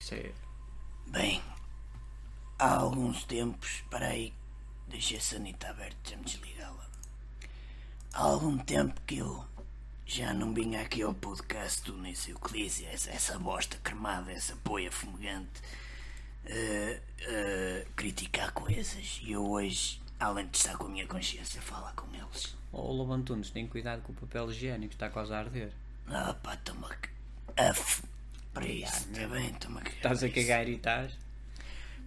Isso é. Bem, há alguns tempos. Espera aí, deixei a sanita aberta, deixa-me desligá-la. Há algum tempo que eu já não vinha aqui ao podcast do Nisso Euclides, essa, essa bosta cremada, essa poia fumegante, eh, eh, criticar coisas. E eu hoje, além de estar com a minha consciência, falar com eles. Oh, Lobo Antunes, tem cuidado com o papel higiênico, está quase a arder. Ah, pá, toma que. Af. Para isso, está bem, toma que. Estás a cagar e estás.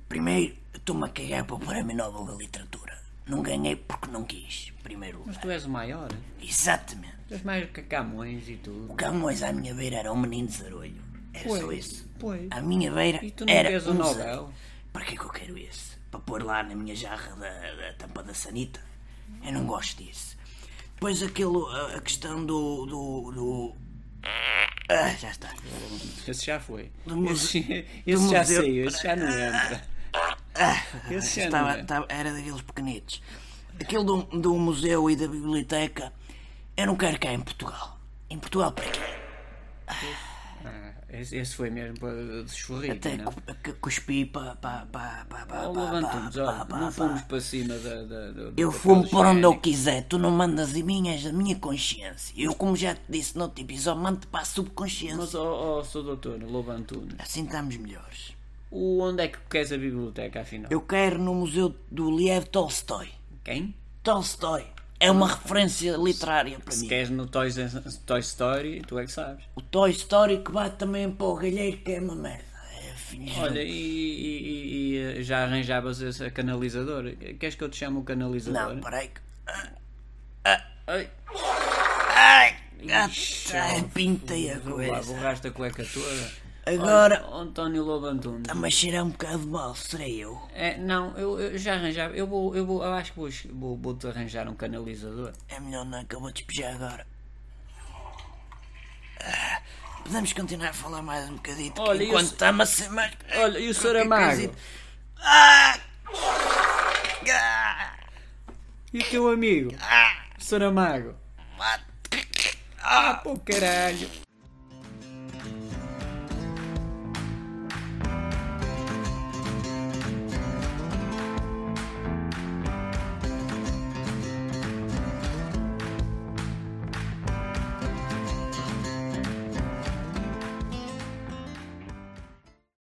Primeiro, estou-me a cagar para o Prémio Nobel da Literatura. Não ganhei porque não quis, em primeiro Mas lugar. tu és o maior. Exatamente. Tu és mais que Camões e tudo. O Camões à minha beira era um menino de zarolho. Era só Pois, isso. pois. À minha beira E tu não era queres o um Nobel? zarolho. Para que é que eu quero isso? Para pôr lá na minha jarra da, da tampa da sanita? Eu não gosto disso. Depois aquilo, a, a questão do... do, do... Ah, já está. Esse já foi. muse- Esse, esse já museu- Ah! saiu, esse já não entra. Esse já não é? Estava- entra. estava- era daqueles pequenitos. Aquilo do, do museu e da biblioteca, eu não quero cá em Portugal. Em Portugal para quê? Ah, esse, esse foi mesmo para desforrir, Até não? cu- cu- cuspi para. Pa, pa, pa, pa, Oh, Lobo pa- pa- Antunes, pa- olha, pa- não pa- fomos para cima da... da- da- do Eu papel fumo por onde eu higiênico. quiser, tu não mandas em mim, és da minha consciência. Eu, como já te disse no outro episódio, mando para a subconsciência. Mas, ó, ó, Sr. Doutor Lobo Antunes, Assim estamos melhores. o, onde é que queres a biblioteca, afinal? Eu quero no Museu do Liev Tolstói. Quem? Tolstói é uma referência literária para Se mim. queres no Toy, Toy Story, tu é que sabes. O Toy Story que bate também para o galheiro, que é uma merda. É, filhos de- Olha, e, e- e, eh, já arranjavas esse canalizador? Queres que eu te chame o canalizador? Não, peraí. que- Ai, Ai! Ixi, até Pintei é, a lá, coisa. borraste a cueca toda. Agora, Olha, António Lobo Antunes. está-me a cheirar um bocado mal, serei eu. É, não, eu, eu já arranjava. Eu vou, eu vou, eu acho que vou, vou, te arranjar um canalizador. É melhor não, que eu vou despejar agora. Ah, Podemos continuar a falar mais um bocadinho, que Olha, e enquanto o- está-me a ser mais... Olha, e o É, Qualquer Saramago? coisita. Ah! Ah! E o teu amigo? Saramago? Ah! Ah, pô, caralho!